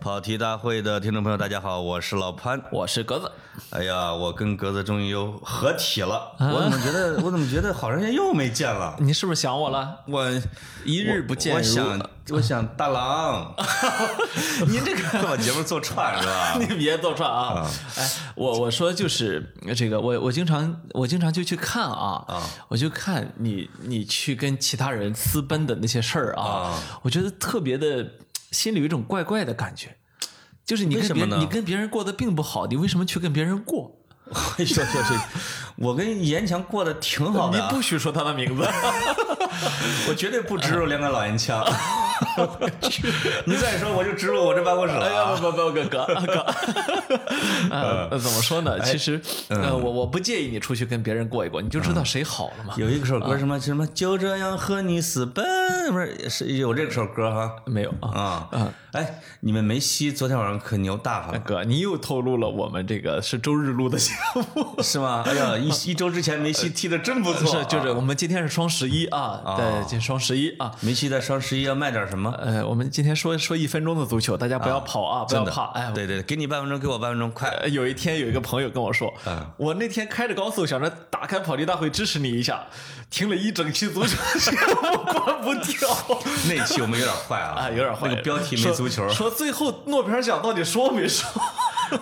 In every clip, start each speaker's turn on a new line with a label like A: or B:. A: 跑题大会的听众朋友，大家好，我是老潘。
B: 我是格子，
A: 哎呀，我跟格子终于又合体了，
B: 啊
A: 我怎么觉得，我怎么觉得好长时间又没见了？
B: 你是不是想我了？
A: 我
B: 一日不见
A: 我
B: 如
A: 想，我想大郎，
B: 您这个。？
A: 把节目做串是吧
B: 你别作串啊！哎，我我说就是这个，我我经常我经常就去看啊，
A: 啊
B: 我就看你你去跟其他人私奔的那些事儿啊，我觉得特别的心里有一种怪怪的感觉，就是你
A: 为
B: 跟
A: 什
B: 别
A: 么
B: 人
A: 呢
B: 你跟别人过得并不好，你为什么去跟别人过？
A: 哎呦呦呦，我跟严强过得挺好
B: 你
A: 的啊，
B: 不许说他的名字，
A: 我绝对不植入两杆老烟枪。你再说我就植入我这办公室
B: 哎呀，
A: 了啊。
B: 不不不，哥哥哥，
A: 嗯
B: 呃，怎么说
A: 哎
B: 呢？其实，呃，我我不介意你出去跟别人过一过，你就
A: 嗯
B: 知道谁好了嘛。
A: 有一首歌什么什么就这样和你私奔，不是是有这首歌哈
B: 没有啊，哎
A: 啊？哎，你们梅西昨天晚上可牛大发了，
B: 哥，你又透露了我们这个是周日录的节目。啊
A: 是吗？哎呀，一一周之前梅西踢的真不错
B: 是
A: 啊，，
B: 就是我们今天是双十一啊，对，今双十一啊。
A: 梅西在双十一要卖点什么？
B: 呃，我们今天说说一分钟的足球，大家不要跑啊，不要
A: 真的
B: 怕。哎，
A: 对对，给你半分钟，给我半分钟，快！
B: 呃，有一天有一个朋友跟我说，我那天开着高速想着打开跑题大会支持你一下，听了一整期足球节目关不掉。
A: 那期我们有点坏啊，
B: 啊，有点坏。
A: 那个标题没足球，
B: 说说最后诺贝尔奖到底说没说？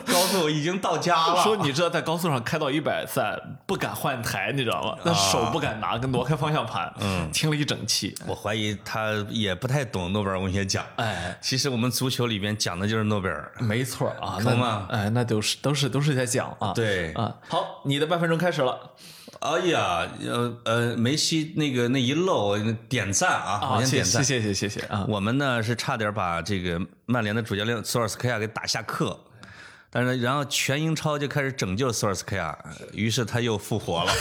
A: 高速已经到家了，
B: 说你知道在高速上开到一百三不敢换台，你知道吗？那手不敢拿，跟挪开方向盘。啊嗯，听了一整期。
A: 我怀疑他也不太懂诺贝尔文学奖。
B: 哎，
A: 其实我们足球里边讲的就是诺贝尔。
B: 没错啊，
A: 坑
B: 那
A: 吗
B: 哎，那都是都是都是在讲啊。
A: 对
B: 啊，好，你的半分钟开始了。
A: 哎呀，呃呃，梅西那个那一漏我点赞啊，
B: 啊，
A: 我先
B: 谢
A: 点
B: 谢
A: 赞。
B: 谢谢谢谢啊。
A: 我们呢是差点把这个曼联的主教练索尔斯克亚给打下课，但是然后全英超就开始拯救索尔斯克亚，于是他又复活 了。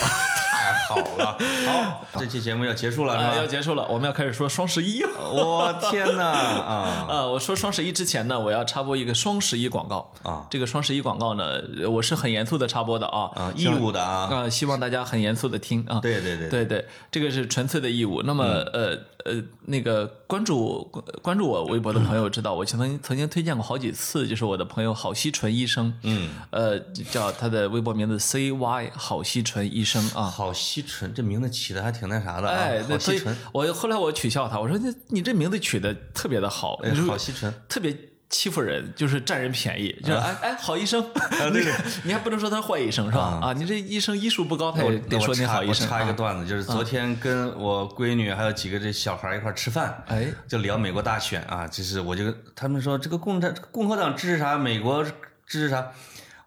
A: 太好了，好，这期节目要结束了
B: 啊，要
A: 是吧？
B: 结束了，我们要开始说双十一了。
A: 我天 哪啊！
B: 啊，我说双十一之前呢，我要插播一个双十一广告
A: 啊
B: 这个双十一广告呢，呃我是很严肃的插播的啊
A: 啊，
B: 希
A: 义
B: 望
A: 务的啊，
B: 啊、希望大家很严肃的听啊。
A: 对对对嗯
B: 对对，这个是纯粹的义务。那么、呃呃，那个关注关关注我微博的朋友知道，我曾曾经推荐过好几次，就是我的朋友郝西纯医生，嗯，呃，叫他的微博名字 C Y 郝西纯医生啊。
A: 好西纯，这名字起的还挺那啥的啊，
B: 哎，
A: 好
B: 那所
A: 西
B: 以
A: 纯，
B: 我后来我取笑他，我说你你这名字取的特别的好，
A: 哎
B: 你，说
A: 好西纯。
B: 特别欺负人，就是占人便宜，就是哎哎好医生，
A: 啊对
B: 你你还不能说他是坏医生是吧？啊，你这医生医术不高，他也哎得说你好医生。
A: 我插我插一个
B: 啊
A: 段子，就是昨天跟我闺女还有几个这小孩一块儿吃饭，
B: 哎，
A: 就聊美国大选啊，就是我就他们说这个共产共和党支持啥，美国支持啥，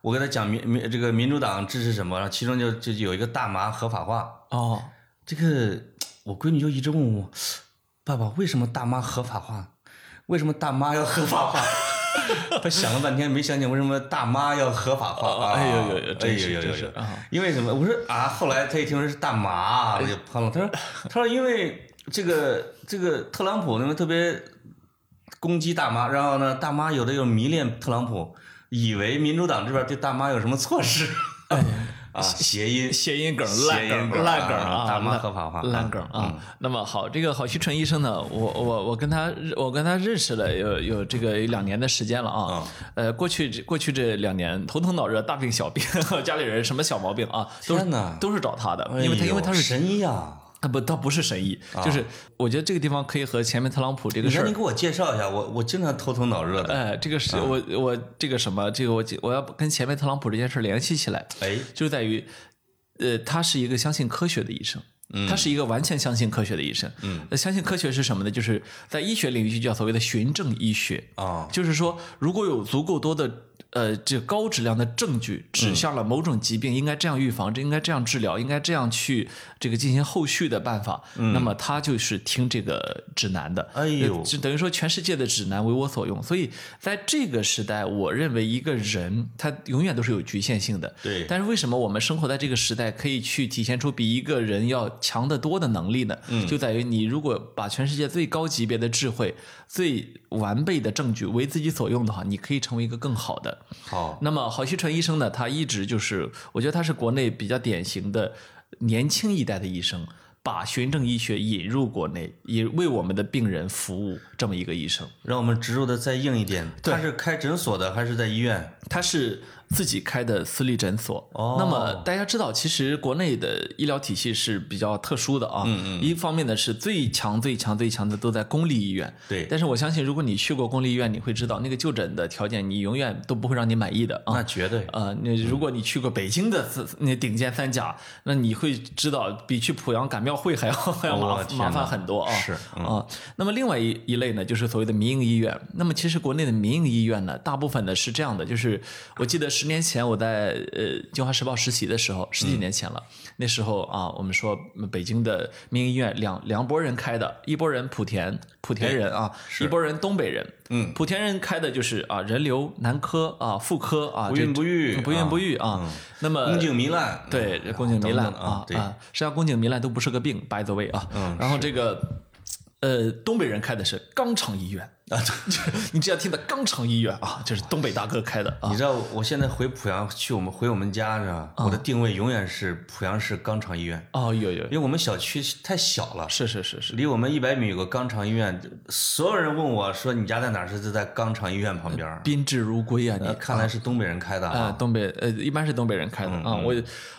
A: 我跟他讲民民这个民主党支持什么，然后其中就就有一个大麻合法化，
B: 哦，
A: 这个我闺女就一直问我，爸爸为什么大麻合法化？为什么大妈要合法化？ 她想了半天没想起为什么大妈要合法化啊！
B: 哎呦呦呦，
A: 哎
B: 真
A: 呦
B: 是
A: 呦
B: 真
A: 呦
B: 是
A: 呦！
B: 啊，
A: 因为什么？我说啊，后来他一听说是大麻，
B: 哎
A: 我就喷了。他说，他说因为这个这个特朗普那边特别攻击大妈，然后呢，大妈有的又迷恋特朗普，以为民主党这边对大妈有什么措施， 啊，谐音
B: 哎谐音梗、
A: 谐
B: 烂
A: 音
B: 梗、
A: 梗
B: 烂梗
A: 啊
B: 啊，
A: 大妈
B: 烂
A: 合法化
B: 烂梗
A: 嗯
B: 啊。那么好，这个郝西纯医生呢，我我我跟他我跟他认识了有有这个两年的时间了啊。
A: 嗯
B: 呃，过去这过去这两年头疼脑热、大病小病， 家里人什么小毛病啊，都是
A: 天哪
B: 都是找他的，因为他因为他
A: 哎
B: 是
A: 呦神医啊。
B: 啊不，他不是神医，就是我觉得这个地方可以和前面特朗普这个
A: 你
B: 事
A: 让你啊
B: 儿。
A: 给我介绍一下，我我经常头疼脑热的。
B: 哎，这个是我我这个什么，这个我我要跟前面特朗普这件事儿联系起来。
A: 哎，
B: 就在于，呃，他是一个相信科学的医生，
A: 嗯
B: 他是一个完全相信科学的医生。嗯，相信科学是什么呢？就是在医学领域就叫所谓的循证医学，
A: 啊，
B: 就是说如果有足够多的。呃，这高质量的证
A: 嗯
B: 据指向了某种疾病应该这样预防，这应该这样治疗，应该这样去这个进行后续的办法。那么他就是听这个指南的。
A: 嗯哎呦
B: 呃就等于说全世界的指南为我所用。所以在这个时代，我认为一个人他永远都是有局限性的。
A: 对
B: 但是为什么我们生活在这个时代，可以去体现出比一个人要强得多的能力呢？嗯，就在于你如果把全世界最高级别的智慧、最完备的证据为自己所用的话，你可以成为一个更好的。
A: 好，
B: 那么郝西纯医生呢，他一直就是，我觉得他是国内比较典型的年轻一代的医生。把循证医学引入国内，也为我们的病人服务这么一个医生。
A: 让我们植入的再硬一点。他是开诊所的还是在医院？
B: 他是自己开的私立诊所。
A: 哦
B: 那么大家知道，其实国内的医疗体系是比较特殊的啊。嗯嗯。一方面呢，是最强、最强、最强的都在公立医院。
A: 对
B: 但是我相信，如果你去过公立医院，你会知道那个就诊的条件，你永远都不会让你满意的啊。
A: 那绝对。
B: 呃，那如果你去过北京的四那顶尖三甲，那你会知道比去濮阳赶庙会还要还要麻
A: 我的天哪
B: 麻烦很多啊。
A: 是嗯
B: 啊、那么另外一一类呢，就是所谓的民营医院。那么其实国内的民营医院呢，大部分呢是这样的，就是我记得十年前我在呃《京华时报》实习的时候，十几年前了。
A: 嗯
B: 那时候啊，我们说嗯北京的民营医院两两拨人开的，一拨人莆田莆田人啊，一拨人东北人。
A: 哎嗯，
B: 莆田人开的就是啊人流、男科啊、妇科啊，
A: 不孕不育嗯
B: 这不孕不育啊。那么
A: 宫颈糜烂。
B: 对
A: 嗯
B: 宫颈糜烂
A: 等等啊
B: 啊，
A: 对嗯
B: 啊，实际上宫颈糜烂都不是个病，by the way 啊。然后这个呃，东北人开的是肛肠医院 啊，你只要听到肛肠医院啊，这是东北大哥开的啊
A: 你。知道我现在回濮阳去我们回我们家是吧？我的定位永远是濮阳市肛肠医院，
B: 哦，有有
A: 因，为我们小区太小了，
B: 是是是是，
A: 离我们一百米有个肛肠医院，所有人问我说你家在哪儿？是就在肛肠医院旁边儿。
B: 宾至如归啊，你
A: 呃看来是东北人开的
B: 啊，
A: 啊。嗯
B: 东北呃，一般是东北人开的啊。我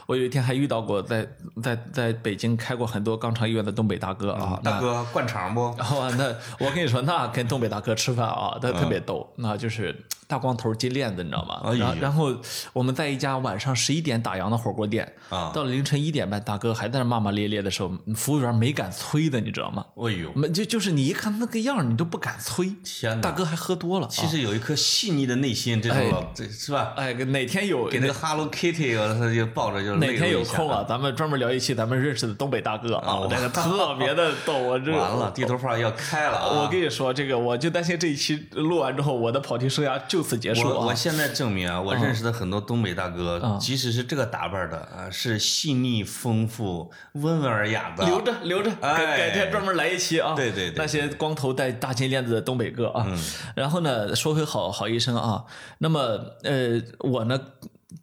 B: 我有一天还遇到过在在在北京开过很多肛肠医院的东北大哥啊，那
A: 大哥灌肠不？
B: 然后啊，那我跟你说，那跟东北大哥吃饭啊，他特别逗，那就是大光头金链子，你知道吗？
A: 嗯哎
B: 然
A: 呀
B: 后然后我们在一家晚上十一点打烊的火锅店，
A: 啊
B: 到了凌晨一点半，大哥还在那骂骂咧咧的时候，服务员没敢催的，你知道吗？
A: 哎呦，
B: 没就就是你一看那个样儿，你都不敢催。
A: 天
B: 大
A: 哪！
B: 哥还喝多了，
A: 其实有一颗细腻的内心，这
B: 哎
A: 种老这是吧？
B: 哎，哪天有
A: 给那个 Hello Kitty，我他就抱着就
B: 哪天
A: 泪如
B: 有
A: 雨下
B: 空啊，咱们专门聊一期咱们认识的东北大哥啊，
A: 我
B: 那个特别的逗，我这
A: 完了，地头炮要开了啊！
B: 我跟你说，这个我就担心这一期录完之后，我的跑题生涯就此结束
A: 我我
B: 啊！嗯
A: 现在证明啊，我认识的很多东北大哥，即使是这个打扮的啊，是细腻、丰富、温文尔雅的。
B: 留着留着，改
A: 哎
B: 改天专门来一期啊！
A: 对对嗯对
B: 那些光头戴大金链子的东北哥啊。然后呢，说回好好医生啊，那么呃，我呢。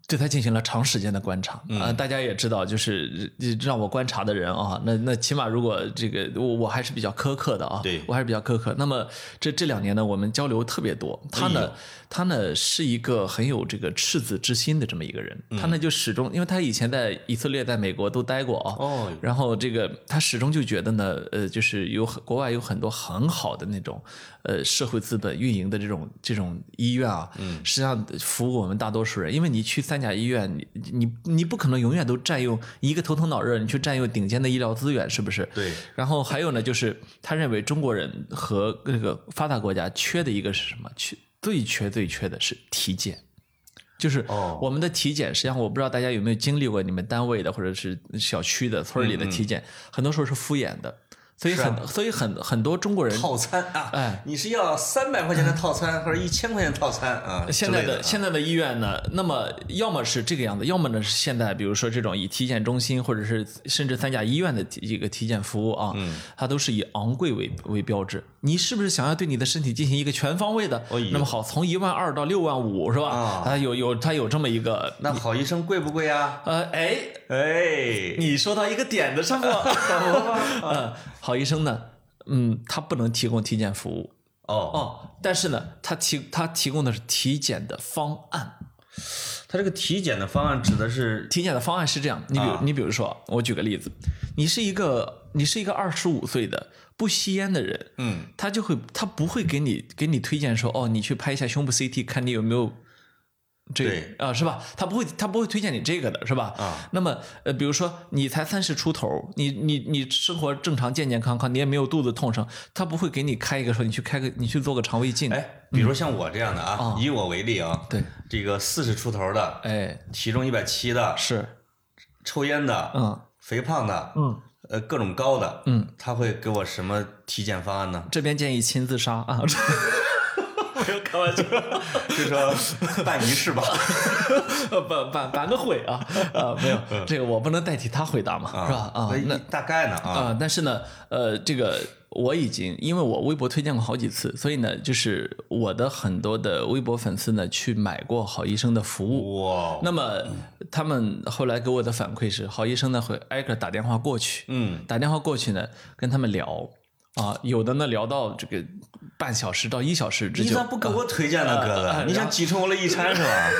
B: 对他进行了长时间的观察啊、
A: 嗯
B: 大家也知道，就是呃让我观察的人啊，那那起码如果这个我我还是比较苛刻的啊，
A: 对
B: 我还是比较苛刻。那么这这两年呢，我们交流特别多。他
A: 哎
B: 呢，他呢是一个很有这个赤子之心的这么一个人。
A: 嗯
B: 他呢就始终，因为他以前在以色列、在美国都待过啊，
A: 哦，
B: 然后这个他始终就觉得呢，呃，就是有很国外有很多很好的那种呃社会资本运营的这种这种医院啊，嗯，实际上服务我们大多数人，因为你去三甲医院，你你你不可能永远都占用一个头疼脑热，你去占用顶尖的医疗资源，是不是？
A: 对，
B: 然后还有呢，就是他认为中国人和那个发达国家缺的一个是什么？缺最缺最缺的是体检。就是
A: 哦
B: 我们的体检，实际上我不知道大家有没有经历过你们单位的或者是小区的、村儿里的体检，很多时候是敷衍的，所以
A: 嗯是啊
B: 很、所以很很多中国人
A: 套餐啊，
B: 哎
A: 你是要三百块钱的套餐或者一千块钱的套餐啊？
B: 嗯现
A: 之
B: 在
A: 类
B: 的
A: 的
B: 现在的医院呢，那么要么是这个样子，要么呢是现在比如说这种以体检中心或者是甚至三甲医院的体这个体检服务啊，
A: 嗯
B: 它都是以昂贵为为标志。你是不是想要对你的身体进行一个全方位的
A: 哎呦？
B: 那么好，从一万二到六万五是吧
A: 啊？
B: 它有有它有这么一个
A: 那好医生贵不贵啊？
B: 呃哎，
A: 哎，哦
B: 你说到一个点 子上了。
A: 啊
B: 嗯，好医生呢，嗯，他不能提供体检服务
A: 哦，
B: 哦，但是呢，他提他提供的是体检的方案。
A: 他这个体检的方案指的是
B: 体检的方案是这样，你比如、
A: 啊
B: 你比如说，我举个例子，你是一个你是一个二十五岁的不吸烟的人，
A: 嗯，
B: 他就会他不会给你给你推荐说哦，你去拍一下胸部 CT，看你有没有这个
A: 对
B: 啊、是吧？他不会他不会推荐你这个的是吧？
A: 啊，
B: 那么呃，比如说你才三十出头，你你你生活正常健健康康，你也没有肚子痛什么，他不会给你开一个说你去开个你去做个肠胃镜，
A: 哎，比如像我这样的啊，以我为例啊，
B: 对，
A: 这个四十出头的，
B: 嗯哎
A: 体重一百七的，
B: 是
A: 抽烟的，
B: 嗯
A: 肥胖的，
B: 嗯。
A: 呃，各种高的，
B: 嗯，
A: 他会给我什么体检方案呢？
B: 这边建议亲自杀啊。没有开玩笑，
A: 就说办仪式 吧。
B: 版版版个毁啊啊，没有这个我不能代替他回答嘛，是吧？啊
A: 所，以
B: 那
A: 大概呢啊，
B: 啊，但是呢，呃，这个我已经因为我微博推荐过好几次，所以呢，就是我的很多的微博粉丝呢去买过好医生的服务。
A: 哇，哦
B: 那么他们后来给我的反馈是，好医生呢会挨个打电话过去，
A: 嗯，
B: 打电话过去呢跟他们聊啊，有的呢聊到这个半小时到一小时之
A: 你
B: 久
A: 咋。不给我推荐呢，哥
B: 啊
A: 哥？
B: 啊
A: 你想挤成我的一餐是 吧？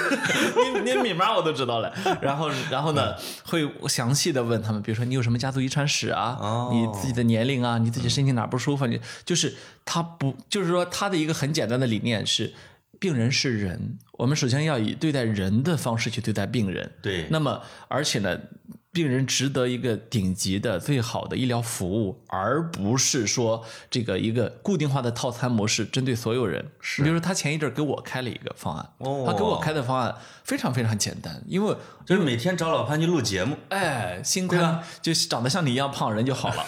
B: 你你密码我都知道了，然后然后呢，会详细的问他们，比如说你有什么家族遗传史啊，
A: 哦
B: 你自己的年龄啊，你自己身体哪儿不舒服，你就是他不就是说他的一个很简单的理念是，病人是人，我们首先要以对待人的方式去对待病人，
A: 对，
B: 那么而且呢，病人值得一个顶级的、最好的医疗服务，而不是说这个一个固定化的套餐模式针对所有人。是，比如说他前一阵儿给我开了一个方案，
A: 哦
B: 他给我开的方案非常非常简单，因为
A: 就是每天找老潘去录节目，
B: 哎，心宽、就长得像你一样胖人就好了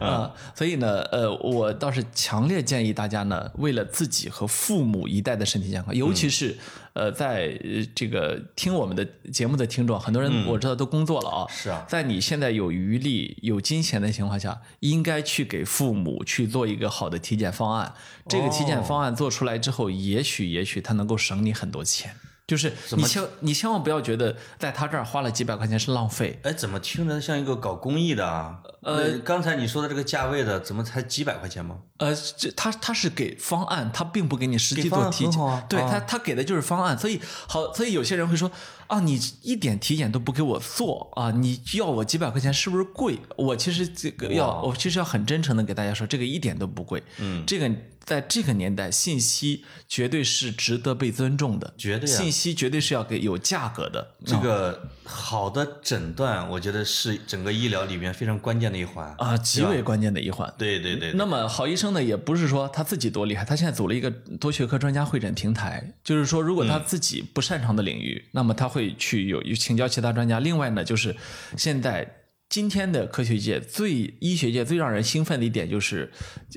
B: 啊、所以呢，呃，我倒是强烈建议大家呢，为了自己和父母一代的身体健康，尤其是、呃，在呃这个听我们的节目的听众，很多人我知道都工作了啊，
A: 是啊
B: 在你现在有余力、有金钱的情况下，应该去给父母去做一个好的体检方案。这个体检
A: 哦
B: 方案做出来之后，也许也许它能够省你很多钱。就是你千你千万不要觉得在他这儿花了几百块钱是浪费，
A: 哎，怎么听着像一个搞公益的啊？呃，刚才你说的这个价位的，怎么才几百块钱吗？
B: 呃，这他他是给方案，他并不给你实际
A: 给方
B: 做
A: 案
B: 体
A: 很
B: 检，
A: 好啊
B: 对
A: 啊
B: 他他给的就是方案，所以好，所以有些人会说啊，你一点体检都不给我做啊，你要我几百块钱是不是贵？我其实这个要，我其实要很真诚的给大家说，这个一点都不贵，嗯，这个在这个年代，信息绝对是值得被尊重的，
A: 绝对啊
B: 信息绝对是要给有价格的，
A: 这
B: 啊
A: 个好的诊断，我觉得是整个医疗里面非常关键的一环。
B: 啊，极为关键的一环，
A: 对对对，
B: 那么好医生呢，也不是说他自己多厉害，他现在组了一个多学科专家会诊平台，就是说如果他自己不擅长的领域，那么他会去有有请教其他专家。另外呢，就是现在。今天的科学界最医学界最让人兴奋的一点就是，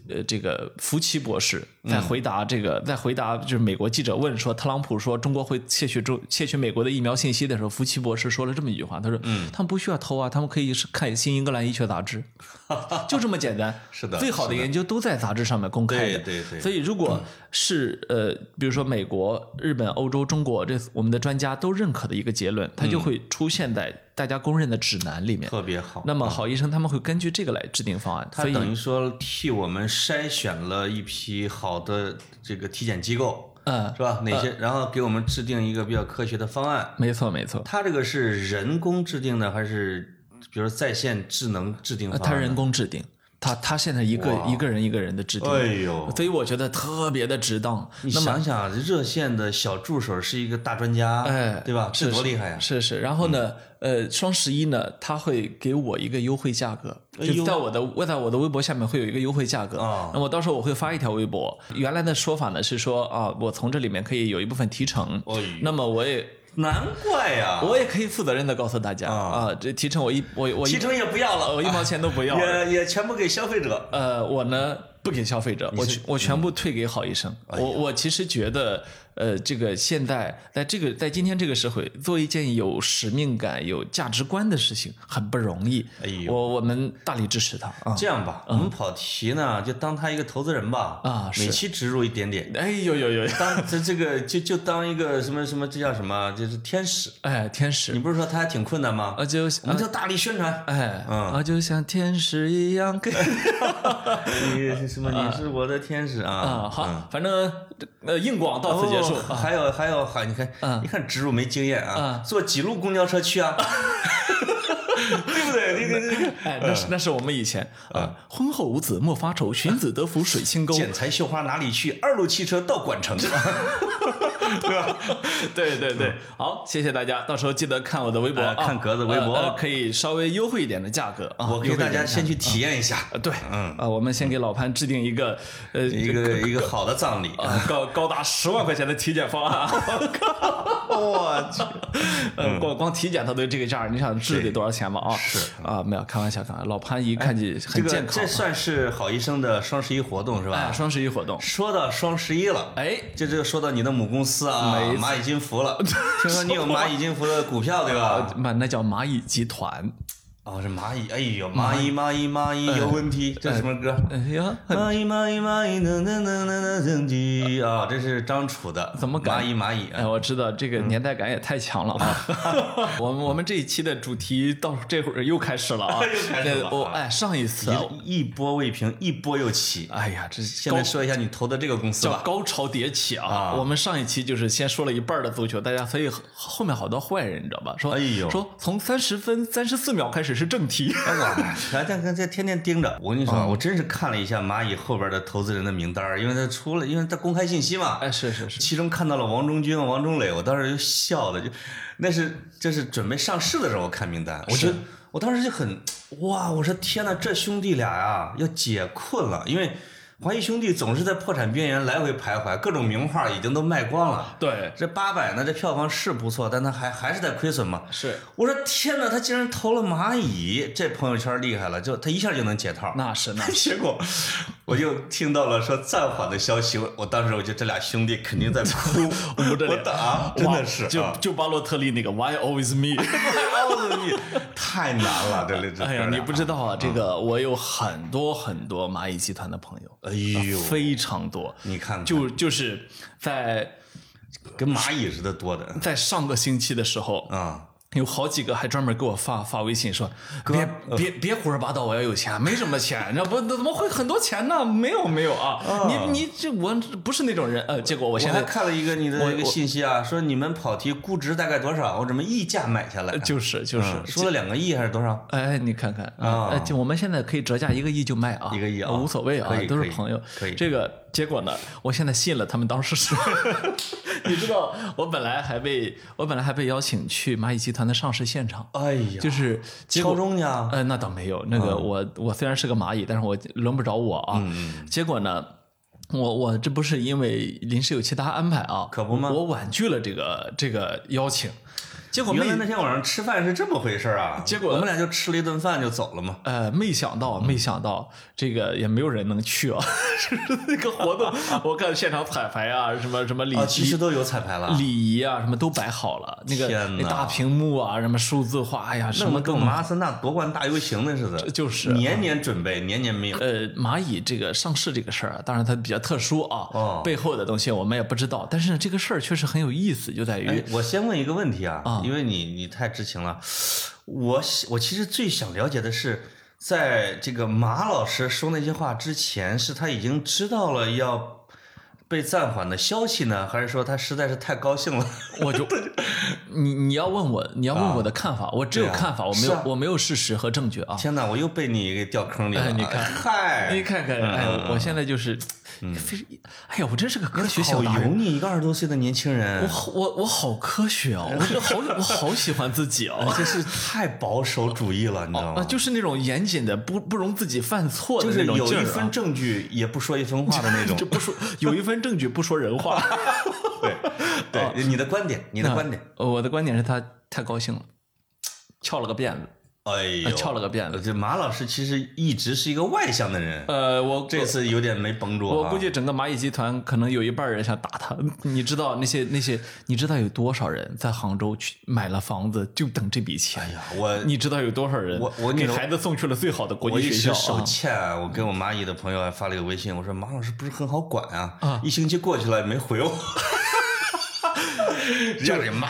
B: 呃，这个福奇博士在回答这
A: 嗯
B: 个，在回答就是美国记者问说特朗普说中国会窃取中窃取美国的疫苗信息的时候，福奇博士说了这么一句话，他说，嗯，他们不需要偷啊，他们可以是看新英格兰医学杂志， 就这么简单。
A: 是的
B: 最好的研究都在杂志上面公开的。
A: 对对嗯对
B: 所以如果是呃，比如说美国、日本、欧洲、中国这我们的专家都认可的一个结论，它就会出现在大家公认的指南里面。
A: 特别嗯好。
B: 那么好医生他们会根据这个来制定方案。
A: 他
B: 所以
A: 等于说替我们筛选了一批好的这个体检机构，
B: 嗯
A: 是吧？哪些，然后给我们制定一个比较科学的方案。
B: 没错没错，
A: 他这个是人工制定的，还是比如说在线智能制定
B: 呃
A: 方案？
B: 他人。工制定。他他现在一个一个人一个人的制定，
A: 哎呦，
B: 所以我觉得特别的值当。
A: 你
B: 那么
A: 想想，热线的小助手是一个大专家，
B: 哎
A: 对吧？这多厉害呀！嗯
B: 是是，然后呢，呃，双十一呢，他会给我一个优惠价格，
A: 哎
B: 就在我的我在我的微博下面会有一个优惠价格。
A: 啊
B: 那么到时候我会发一条微博。原来的说法呢是说啊，我从这里面可以有一部分提成。
A: 哎呦
B: 那么我也
A: 难怪呀，
B: 我也可以负责任的告诉大家
A: 啊
B: 啊，这提成我一我我一
A: 提成也不要
B: 我
A: 了，
B: 一毛钱都不 要。
A: 也也全部给消费者。
B: 呃，我呢不给消费者，我全我全部退给好医生。
A: 嗯哎
B: 我我其实觉得，呃，这个现在在这个在今天这个社会，做一件有使命感、有价值观的事情很不容易。
A: 哎呦
B: 我我们大力支持他啊！
A: 这样吧，我们跑题呢，就当他一个投资人吧，
B: 啊是
A: 每期植入一点点，
B: 哎呦呦呦，
A: 当 这这个就就当一个什么什么，这叫什么？就是天使。
B: 哎，天
A: 你
B: 使，
A: 不是说他还挺困难吗
B: 啊？就
A: 我们就大力宣传。
B: 哎
A: 嗯哎
B: 啊就像天使一样给。
A: 你是什么？你是我的天使啊！
B: 呃啊，好，反正呃，硬广到此结
A: 哦
B: 束。
A: 还有还有，好，你
B: 呃
A: 看，你看植入没经验啊，
B: 啊
A: 坐几路公交车去啊？ 对不对？那个那 个
B: 哎，那是那是我们以前
A: 嗯
B: 啊，婚后无子莫发愁，寻子得福水清沟。
A: 剪裁绣花哪里去？二路汽车到管城。
B: 对对对，好，谢谢大家，到时候记得看我的微博
A: 嗯呃
B: 啊，
A: 看格子微博
B: 呃呃可以稍微优惠一点的价格 啊，
A: 我给大
B: 优惠一点
A: 家
B: 的价
A: 先去体验一下
B: 格。呃对，嗯啊，我们先给老潘制定一个呃
A: 一个一个好的葬礼。
B: 啊高高达十万块钱的体检方案啊，我去，呃，光光体检他都这个价儿，你想治得多少钱嘛？啊，
A: 嗯是
B: 啊，没有开玩笑，开玩笑。老潘一看起
A: 这
B: 很
A: 个
B: 健康
A: 这算是好医生的双十一活动是
B: 啊，
A: 吧？
B: 双十一活动，
A: 说到双十一了，
B: 哎，
A: 这就说到你的母公司啊，
B: 没错
A: 蚂蚁金服 了。听说你有蚂蚁金服的股票对吧？
B: 那那叫蚂蚁集团。
A: 哦，这蚂蚁，哎呦，蚂蚁蚂蚁蚂蚁有问题，这什么歌？
B: 哎呀，
A: 蚂蚁蚂蚁蚂蚁，噔噔噔噔噔噔啊！这是张楚的，
B: 哎怎么敢
A: 蚂蚁蚂蚁
B: 哎，
A: 啊？
B: 我知道这个年代感也太强了 啊！我们我们这一期的主题到这会儿又开始了 啊！
A: 又开始了啊
B: 对我哎，上一次啊，
A: 一一波未平，一波又起。
B: 哎呀，这
A: 现在说一下你投的这个公司
B: 叫
A: 吧。
B: 高潮迭起啊！
A: 啊
B: 我们上一期就是先说了一半的足球，大家所以后后面好多坏人，你知道吧？说、
A: 哎呦
B: 说从三十分三十四秒开始是正 题，
A: 哇，咱这这天天盯着。我跟你说啊，
B: 嗯
A: 我真是看了一下蚂蚁后边的投资人的名单儿，因为他出了，因为他公开信息嘛。
B: 哎，是是是，
A: 其中看到了王中军、王中磊，我当时就笑的，就那是这是准备上市的时候我看名单，我觉得我当时就很哇，我说天呐，这兄弟俩啊要解困了，因为华谊兄弟总是在破产边缘来回徘徊，各种名画已经都卖光了。
B: 对，
A: 这八百呢，这票房是不错，但他还还是在亏损嘛。
B: 是
A: 我说天呐，他竟然投了蚂蚁，这朋友圈厉害了，就他一下就能解套。
B: 那是那 是
A: 结果我就听到了说暂缓的消息，我我当时我觉得这俩兄弟肯定在哭，
B: 捂着
A: 我
B: 脸
A: 打，真
B: 哇
A: 的是
B: 就
A: 啊，
B: 就巴洛特利那个 Why always me？
A: 奥子密太难了，这这这
B: 哎呀，
A: 哥俩
B: 你不知道啊，这个我有很多很多蚂蚁集团的朋友，
A: 哎呦，嗯
B: 非常多，
A: 你看看
B: 啊就就是在
A: 跟蚂蚁似的多的
B: 在上个星期的时候，
A: 啊，
B: 有好几个还专门给我发发微信说，别
A: 呃
B: 别别胡说八道，我要有钱，没什么钱，那不怎么会很多钱呢？没有没有啊，你你这我不是那种人，呃，结果
A: 嗯
B: 我
A: 我
B: 现
A: 还
B: 在
A: 看了一个你的
B: 我
A: 一个信息啊，说你们跑题估值大概多少？我准备溢价买下来，啊嗯
B: 就是就是，
A: 说了两个亿还是多少？
B: 哎，你看看
A: 啊
B: 哎，就我们现在可以折价一个亿就卖啊，
A: 一个亿啊
B: 无所谓啊
A: 可以，
B: 都
A: 可
B: 是
A: 以
B: 朋友。
A: 可以
B: 这个结果呢，我现在信了他们当时是， 你知道，我本来还被我本来还被邀请去蚂蚁集团的上市现场，
A: 哎呀，
B: 就是结
A: 敲
B: 果
A: 钟啊嗯呢，
B: 呃，那倒没有。那个我、我虽然是个蚂蚁，但是我轮不着我啊。
A: 嗯
B: 结果呢，我我这不是因为临时有其他安排啊，
A: 可不嘛
B: 我婉拒了这个这个邀请，结果没
A: 原来那天晚上吃饭是这么回事儿啊，
B: 结果
A: 我们俩就吃了一顿饭就走了嘛。
B: 呃，没想到，没想到，这个也没有人能去啊！ 就是那个 活动，我看现场彩排啊，什么什么礼
A: 啊，其
B: 仪
A: 实、都有彩排了。
B: 礼仪啊，什么都摆好了，那个
A: 天哪
B: 那大屏幕啊，什么数字化，哎呀，什
A: 弄
B: 么
A: 得
B: 都
A: 跟我们阿森纳夺冠大游行那似的，
B: 就是啊
A: 年年准备，年年没有。
B: 呃，蚂蚁这个上市这个事儿啊，当然它比较特殊啊，
A: 哦
B: 背后的东西我们也不知道。但是呢，这个事儿确实很有意思，就在于、
A: 哎，我先问一个问题啊，因为你你太知情了，我喜我其实最想了解的是，在这个马老师说那些话之前，是他已经知道了要被暂缓的消息呢，还是说他实在是太高兴了？
B: 我就你你要问我，你要问我的看法，我只有
A: 对啊
B: 看法，我没有、
A: 是啊
B: 我没有事实和证据啊。
A: 天哪，我又被你给掉坑里了！啊
B: 哎你看
A: 嗨，
B: 你看看，哎，
A: 嗯
B: 我我现在就是，非哎呀，我真是个科学
A: 好
B: 小达
A: 油
B: 人。啊
A: 腻，一个二十多岁的年轻
B: 我
A: 人，
B: 好我我好科学哦，我这好我好喜欢自己 哦，
A: 真是太保守主义了，你知道
B: 啊，
A: 吗？
B: 就是那种严谨的，不不容自己犯错的
A: 哦就
B: 那
A: 是
B: 种
A: 有
B: 劲
A: 一
B: 儿
A: 分
B: 啊，
A: 证据也不说一分话的那种
B: 就。不说有一分证据不说人话。
A: 对，
B: 哦
A: 对，你的观点， 你的观点。
B: 呃我的观点是他太高兴了，翘了个辫子，
A: 哎呦
B: 呃，翘了个辫子。
A: 这马老师其实一直是一个外向的人，
B: 呃，我
A: 这次有点没绷住
B: 我
A: 啊
B: 估。计整个蚂蚁集团可能有一半人想打他。 你知道那些那些，你知道有多少人在杭州去买了房子，就等这笔钱？
A: 哎呀，我
B: 你知道有多少人？
A: 我我跟你
B: 给
A: 说
B: 孩子送去了最好的国
A: 我
B: 际
A: 一
B: 学
A: 时
B: 校
A: 手
B: 啊！
A: 欠啊，我给我蚂蚁的朋友还发了一个微信，我说马老师不是很好管啊，
B: 啊
A: 一星期过去了也没回 我。 人家给骂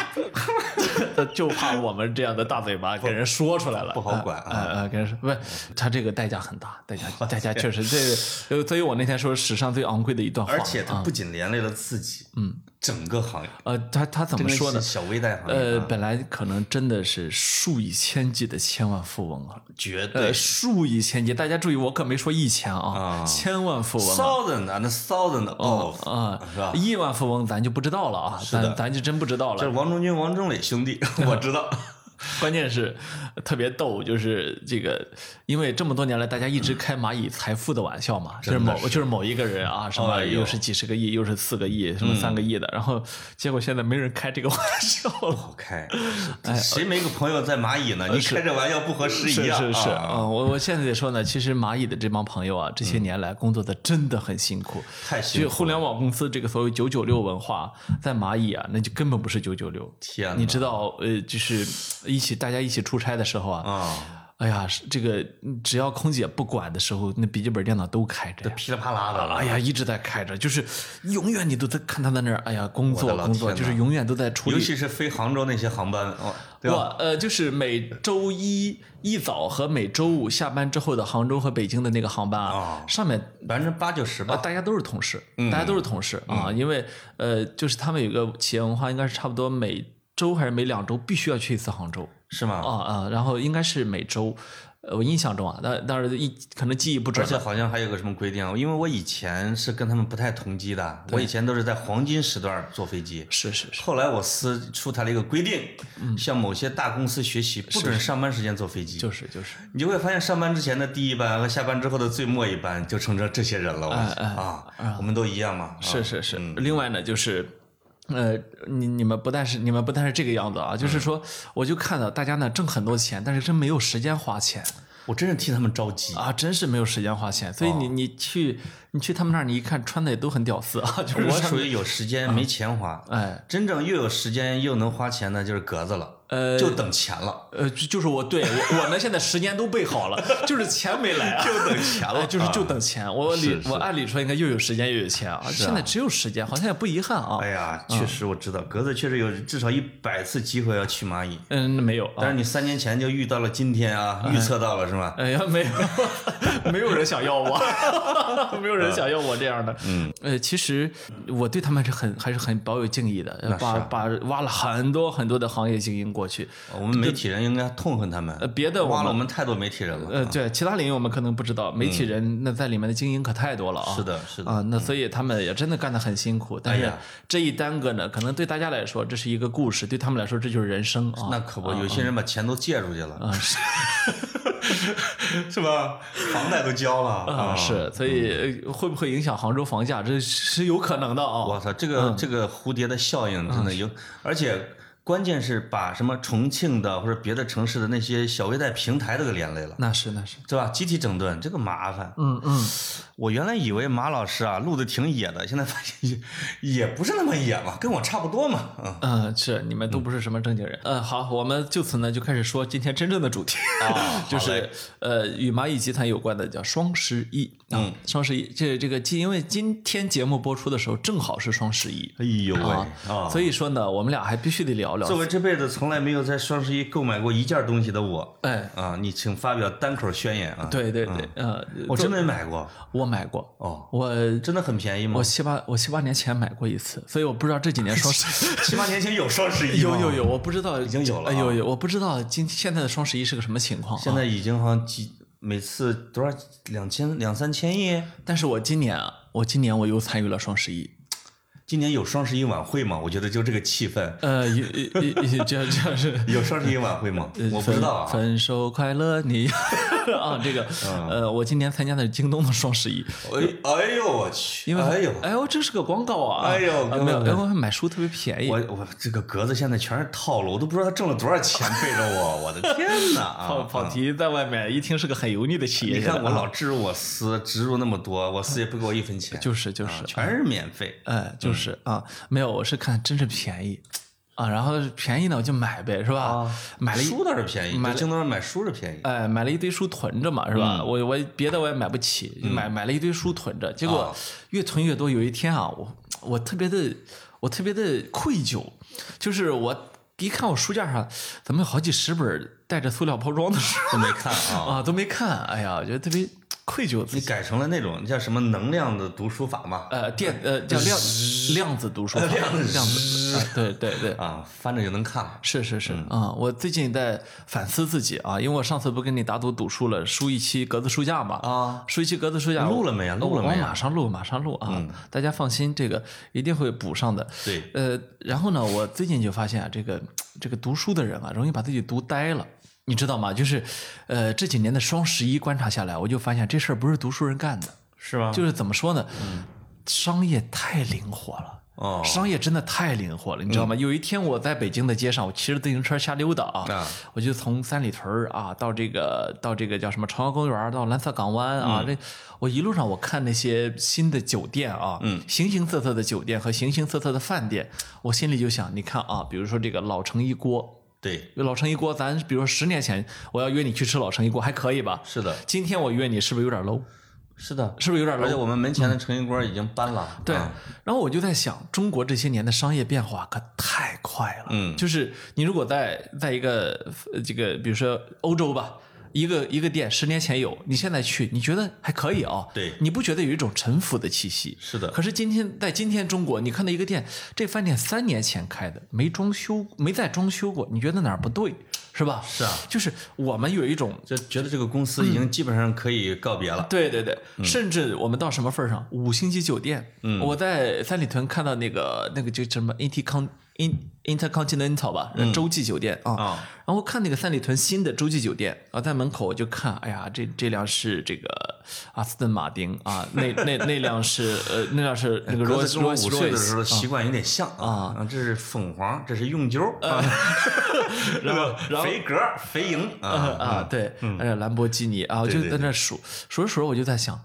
B: 就怕我们这样的大嘴巴给人说出来了，
A: 不好管啊
B: 呃呃，呃给人说不，是他这个代价很大，代价 代价确实这个，呃所以我那天说史上最昂贵的一段话。
A: 而且他
B: 啊
A: 不仅连累了自己，嗯，整个行业，
B: 呃，他他怎么说呢
A: 真的？是小微贷行业
B: 呃，
A: 啊，
B: 本来可能真的是数以千计的千万富翁啊，
A: 绝对
B: 呃，数以千计，大家注意，我可没说一千啊，
A: 啊
B: 千万富翁啊
A: thousand and thousand of，
B: 啊
A: 是吧，
B: 亿万富翁咱就不知道了啊，咱咱就真不知道
A: 这是
B: 了。
A: 王中军、王中磊兄弟，我知道。
B: 关键是特别逗，就是这个，因为这么多年来，大家一直开蚂蚁财富的玩笑嘛，就是某就是某一个人啊，什么
A: 哎呦嗯
B: 又是几十个亿，又是四个亿，什么三个亿的，然后结果现在没人开这个玩笑了。
A: 好开，
B: 哎
A: 谁没个朋友在蚂蚁呢？你开这玩笑不合时
B: 是
A: 宜啊！
B: 呃是是，
A: 啊
B: 嗯，我我现在得说呢，其实蚂蚁的这帮朋友啊，这些年来工作的真的很辛苦，
A: 太辛苦
B: 其实
A: 了
B: 互联网公司这个所谓九九六文化，在蚂蚁啊，那就根本不是九九六。
A: 天哪
B: 你知道，呃，就是一起大家一起出差的时候啊，
A: 啊，
B: 哎呀，是这个嗯只要空姐不管的时候，那笔记本电脑都开着呀。
A: 噼里啪啦的了
B: 哎。呀，一直在开着，就是永远你都在看他在那儿，哎呀，工
A: 我
B: 作
A: 的老
B: 工作，
A: 天
B: 就
A: 哪
B: 是永远都在处
A: 尤
B: 理
A: 其是飞杭州那些航班，哦，对吧？
B: 我呃，就是每周一一早和每周五下班之后的杭州和北京的那个航班啊，
A: 哦嗯
B: 上面
A: 百分之八九十
B: 啊，
A: 吧。
B: 大家都是同事，大家都是同事啊，因为呃，就是他们有个企业文化，应该是差不多每周还是每两周必须要去一次杭州
A: 是吗？
B: 啊啊，然后应该是每周，呃我印象中啊，但但是一可能记忆不
A: 而
B: 准
A: 且好像还有个什么规定，啊因为我以前是跟他们不太同机的，我以前都是在黄金时段坐飞机。
B: 是是是，
A: 后来我司出台了一个规定，向某些大公司学习，不准上班时间坐飞机。
B: 嗯就是就是，
A: 你就会发现，上班之前的第一班和下班之后的最末一班，就成这这些人了。我啊，我们都一样嘛。啊
B: 哎是是是。另外呢，就是。呃，你你们不但是你们不但是这个样子啊，就是说，我就看到大家呢挣很多钱，但是真没有时间花钱
A: 我真是替他们着急。
B: 啊，真是没有时间花钱。所以你你去你去他们那儿，你一看穿的也都很屌丝啊， 就是
A: 我
B: 上啊面
A: 属于有时间没钱花，
B: 哎
A: 真正又有时间又能花钱的，就是格子了，
B: 呃
A: 就等钱了，
B: 呃，就就是我对我我呢，现在时间都备好了，就是钱没来、啊， 就等钱了，啊就是就等钱。我
A: 是
B: 理我按理说应该又有时间又有钱啊，现在只有时间，好像也不遗憾啊。
A: 哎呀，确实我知道，格子确实有至少一百次机会要去蚂蚁，
B: 嗯，没有
A: 但
B: 啊，
A: 是你三年前就遇到了今天啊，预测到了是吧？
B: 哎呀，没有， 没有人想要我，没有人想要我这样的。嗯，呃，其实我对他们是很还是很抱有敬意的，
A: 是
B: 把
A: 啊
B: 把挖了很多很多的行业精英过去。
A: 我们媒体人应该痛恨他们，
B: 呃，别的我
A: 挖了
B: 们
A: 我们太多媒体人了。
B: 呃，对其他领域我们可能不知道，媒体人那在里面的精英可太多了啊。
A: 嗯是的，是的，嗯
B: 啊，那所以他们也真的干得很辛苦，但
A: 哎
B: 是
A: 呀
B: 这一耽搁呢，可能对大家来说这是一个故事，对他们来说这就是人生啊。
A: 那可不，有些人把钱都借出去了， 是吧？房贷都交了
B: 啊是，
A: 嗯
B: 所以呃会不会影响杭州房价，这是有可能的
A: 我
B: 啊。
A: 操，这个、这个蝴蝶的效
B: 嗯
A: 应真的有，而且关键是把什么重庆的或者别的城市的那些小微贷平台都给连累了，
B: 那是那是，
A: 对吧？集体整顿这个麻烦。
B: 嗯嗯，
A: 我原来以为马老师啊录的挺野的，现在发现也也不是那么野嘛，跟我差不多嘛。嗯，
B: 嗯，是你们都不是什么正经人。嗯，好，我们就此呢就开始说今天真正的主题，
A: 哦
B: 就是呃与蚂蚁集团有关的叫双十一。嗯，双十一这这个今因为今天节目播出的时候正好是双十一
A: 哎呦喂
B: 啊，
A: 哦
B: 所以说呢我们俩还必须得聊聊
A: 作为这辈子从来没有在双十一购买过一件东西的我，
B: 哎，
A: 啊，你请发表单口宣言啊！，
B: 对对对，呃，
A: 我真没买过
B: 我买过，
A: 哦，
B: 我
A: 真的很便宜吗
B: 我？七八我七八年前买过一次，所以我不知道这几 年双十
A: 七八年前有双十一
B: 一有
A: 吗
B: 有有，我不知道已
A: 哎经有了啊
B: 有有，我不知道今现在的双十一是个什么情况啊。
A: 现在已经好像几每次多少两千两三千亿。
B: 但是我今年啊，我今年我又参与了双十一，
A: 今年有双十一晚会吗？我觉得就这个气氛，
B: 呃，也也也这样这样是。
A: 有双十一晚会吗？ 我不
B: 分
A: 知道啊。
B: 分手快乐你 啊，这个
A: 嗯
B: 呃，我今年参加的是京东的双十一，
A: 哎哎呦我去！
B: 因为
A: 哎呦，
B: 哎呦，这是个广告啊！
A: 哎呦
B: 啊没有，
A: 根本
B: 哎我买书特别便宜，
A: 我我这个格子现在全是套路，我都不知道他挣了多少钱背着我，我的天哪！
B: 跑
A: 啊！
B: 跑题在外面一听是个很油腻的啊企业
A: 你
B: 家。
A: 看我老植入我司，植入那么多，我司也不给我一分钱，
B: 就是就是
A: 啊，全嗯是免费。
B: 哎，就是啊，没有，我是看真是便宜啊，然后便宜呢我就买呗，是吧？啊买了一
A: 啊书倒是便宜，
B: 买
A: 在
B: 了
A: 京东上买书是便宜。
B: 哎，买了一堆书囤着嘛，是吧？
A: 嗯
B: 我我别的我也买不起，就买买了一堆书囤着，结果
A: 啊
B: 越囤越多。有一天啊，我我特别的我特别的愧疚，就是我一看我书架上怎么有好几十本带着塑料包装的书
A: 都没看啊，
B: 啊，都没看，哎呀，我觉得特别愧疚自
A: 你
B: 己。
A: 改成了那种叫什么能量的读书法嘛？
B: 呃，电呃叫量量子读书法，量子，啊对对对，
A: 呃啊，嗯翻着就能看了。
B: 是是是啊、我最近在反思自己啊，因为我上次不跟你打赌赌输了，输一期格子书架嘛
A: 啊，
B: 输一期格子书架
A: 录了没啊录了没啊嗯
B: 我马上录，马上录啊，大家放心，这个一定会补上的。
A: 对，
B: 呃，然后呢，我最近就发现啊，这个这个读书的人啊，容易把自己读呆了，你知道吗？就是，呃，这几年的双十一观察下来，我就发现这事儿不是读书人干的，
A: 是吗？
B: 就是怎么说呢，商业太灵活了。
A: 嗯哦，嗯
B: 商业真的太灵活了，你知道吗？有一天我在北京的街上，我骑着自行车瞎溜达啊，
A: 啊
B: 我就从三里屯儿啊到这个到这个叫什么朝阳公园儿到蓝色港湾啊，这我一路上我看那些新的酒店啊，嗯，形形色色的酒店和形形色色的饭店，我心里就想，你看啊，比如说这个老城一锅，
A: 对，
B: 老城一锅，咱比如说十年前我要约你去吃老城一锅，还可以吧？
A: 是的，
B: 今天我约你是不是有点 low？
A: 是的。
B: 是不是有点 low？
A: 而且我们门前的成一锅已经搬了。
B: 对
A: 啊，
B: 然后我就在想，中国这些年的商业变化可太快了。
A: 嗯
B: 就是你如果在在一个呃这个，比如说欧洲吧，一个一个店十年前有，你现在去，你觉得还可以啊、
A: 对
B: 你不觉得有一种沉浮的气息？
A: 是的
B: 可是今天在今天中国，你看到一个店，这饭店三年前开的，没装修，没再装修过，你觉得哪儿不对，是吧？
A: 是啊
B: 就是我们有一种
A: 就觉得这个公司
B: 嗯
A: 已经基本上可以告别了。
B: 对对对，
A: 嗯
B: 甚至我们到什么份儿上，五星级酒店，我在三里屯看到那个那个就什么 Intercon In Intercontinental 吧，
A: 嗯
B: 洲际酒店啊，
A: 啊
B: 然后看那个三里屯新的洲际酒店啊，在门口我就看，哎呀，这这辆是这个阿斯顿马丁啊，那那那辆是呃那辆是那个
A: 格
B: 罗
A: 子跟我
B: 罗
A: 五
B: 斯
A: 岁
B: 瑞
A: 的时
B: 斯
A: 候。习惯有点像啊，啊这是凤凰，这是用鸠儿，啊
B: 呃然后然后
A: 肥格儿、肥蝇啊，
B: 啊，对，呃，兰博基尼啊，我就
A: 对对
B: 在那数数着数着，我就在想，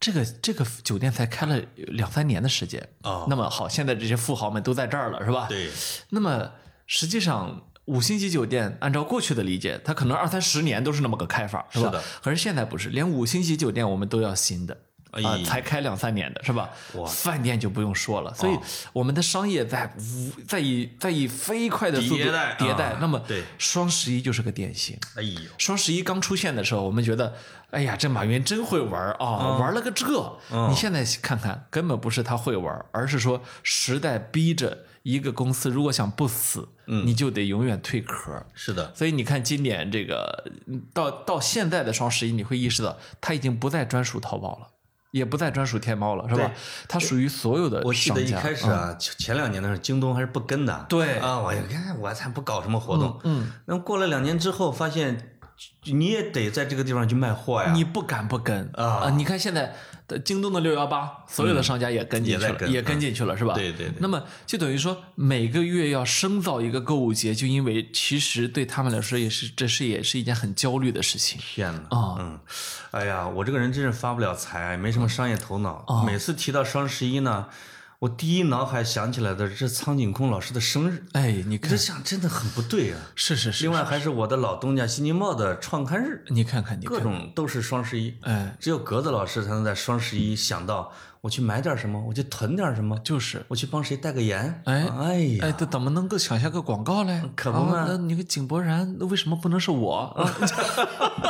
B: 这个这个酒店才开了两三年的时间
A: 哦
B: 那么好，现在这些富豪们都在这儿了，是吧？。
A: 对，
B: 那么实际上。五星级酒店，按照过去的理解，它可能二三十年都是那么个开法，是吧？
A: 是的
B: 可是现在不是，连五星级酒店我们都要新的啊、
A: 哎呀
B: 才开两三年的是吧？饭店就不用说了，
A: 哦
B: 所以我们的商业在无在以在以飞快的速度
A: 迭代
B: 迭代。
A: 啊
B: 那么，
A: 对
B: 双十一就是个典型。
A: 哎呦，
B: 双十一刚出现的时候，我们觉得，哎呀，这马云真会玩儿啊，
A: 嗯
B: 玩了个这。你现在看看，根本不是他会玩儿，而是说时代逼着一个公司，如果想不死，
A: 嗯
B: 你就得永远退壳儿。
A: 是的，
B: 所以你看，今年这个嗯到到现在的双十一，你会意识到它已经不再专属淘宝了，也不再专属天猫了，是吧
A: 对？
B: 它属于所有的
A: 我记
B: 商
A: 得
B: 家。
A: 一开始啊，前前两年的时候，京东还是不跟的。
B: 对
A: 啊，我一看我才不搞什么活动。
B: 嗯，
A: 那过了两年之后，发现你也得在这个地方去卖货哎呀。
B: 你不敢不跟呃
A: 啊
B: 你看现在的京东的六幺八，所有的商家也跟进去
A: 嗯也在
B: 了，
A: 跟嗯
B: 也跟进去了，是吧？
A: 对对对
B: 那么就等于说，每个月要深造一个购物节，就因为其实对他们来说也是，这是也是一件很焦虑的事情
A: 天呐，
B: 啊嗯
A: 嗯，哎呀，我这个人真是发不了财，啊没什么商业头脑。
B: 啊
A: 每次提到双十一呢，我第一脑海想起来的是苍井空老师的生日，
B: 哎，你
A: 我就
B: 看，
A: 想真的很不对啊。
B: 是 是是
A: 另，外还是我的老东家新京报的创刊日，
B: 你看看，你
A: 各
B: 看，
A: 种都是双十一。
B: 哎，
A: 只有格子老师才能在双十一想到我去买点什么，我去囤点什么，
B: 就是，
A: 我去帮谁代个言。
B: 哎
A: 哎呀，
B: 哎，这怎么能够想下个广告嘞？
A: 可不嘛
B: 啊那你个井柏然，那为什么不能是我？ 啊